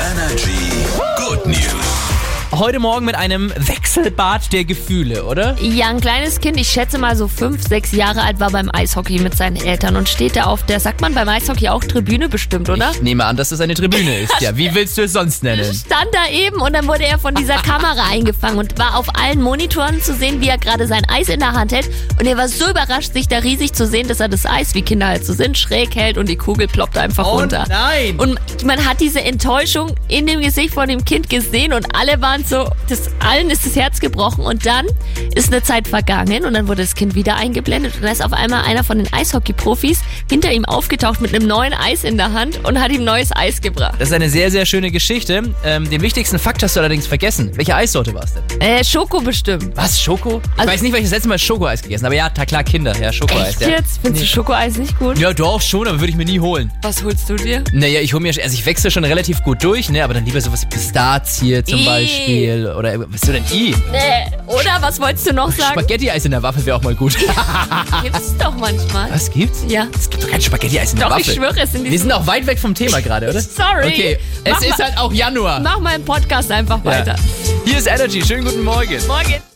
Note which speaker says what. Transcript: Speaker 1: Energy. Good News.
Speaker 2: Heute Morgen mit einem Wechselbad der Gefühle, oder?
Speaker 3: Ja, ein kleines Kind, ich schätze mal so fünf, sechs Jahre alt, war beim Eishockey mit seinen Eltern und steht da auf der, sagt man beim Eishockey auch Tribüne bestimmt, oder?
Speaker 2: Ich nehme an, dass das eine Tribüne ist. Ja, wie willst du es sonst nennen?
Speaker 3: Stand da eben und dann wurde er von dieser Kamera eingefangen und war auf allen Monitoren zu sehen, wie er gerade sein Eis in der Hand hält. Und er war so überrascht, sich da riesig zu sehen, dass er das Eis, wie Kinder halt so sind, schräg hält und die Kugel ploppt einfach
Speaker 2: Oh
Speaker 3: runter.
Speaker 2: nein!
Speaker 3: Und man hat diese Enttäuschung in dem Gesicht von dem Kind gesehen und alle waren so, das, allen ist das Herz gebrochen und dann ist eine Zeit vergangen und dann wurde das Kind wieder eingeblendet und da ist auf einmal einer von den Eishockey-Profis hinter ihm aufgetaucht mit einem neuen Eis in der Hand und hat ihm neues Eis gebracht.
Speaker 2: Das ist eine sehr, sehr schöne Geschichte. Ähm, den wichtigsten Fakt hast du allerdings vergessen. Welche Eissorte war es denn?
Speaker 3: Äh, Schoko bestimmt.
Speaker 2: Was, Schoko? ich
Speaker 3: Also-
Speaker 2: weiß nicht, welches letzte Mal Schokoeis gegessen aber ja, ta- klar, Kinder. Ja, Schokoeis.
Speaker 3: Echt
Speaker 2: ja.
Speaker 3: jetzt? Findest du Schokoeis nicht gut?
Speaker 2: Ja, doch, schon, aber würde ich mir nie holen.
Speaker 3: Was holst du dir?
Speaker 2: Naja, ich hole mir, also ich wechsle schon relativ gut durch, ne, aber dann lieber sowas wie Pistazie zum
Speaker 3: Ih.
Speaker 2: Beispiel. Oder, äh, was soll denn I?
Speaker 3: Nee. Oder was wolltest du noch sagen?
Speaker 2: Spaghetti-Eis in der Waffe wäre auch mal gut.
Speaker 3: Gibt's doch manchmal.
Speaker 2: Was gibt's?
Speaker 3: Ja.
Speaker 2: Es gibt doch kein Spaghetti-Eis in der
Speaker 3: Doch,
Speaker 2: Waffe.
Speaker 3: ich schwöre es in
Speaker 2: Wir
Speaker 3: diesem...
Speaker 2: sind auch weit weg vom Thema gerade, oder?
Speaker 3: Sorry.
Speaker 2: Okay, es
Speaker 3: Mach
Speaker 2: ist
Speaker 3: mal-
Speaker 2: halt auch Januar.
Speaker 3: Mach mal im Podcast einfach
Speaker 2: Ja.
Speaker 3: weiter.
Speaker 2: Hier ist Energy. Schönen guten Morgen.
Speaker 3: Morgen.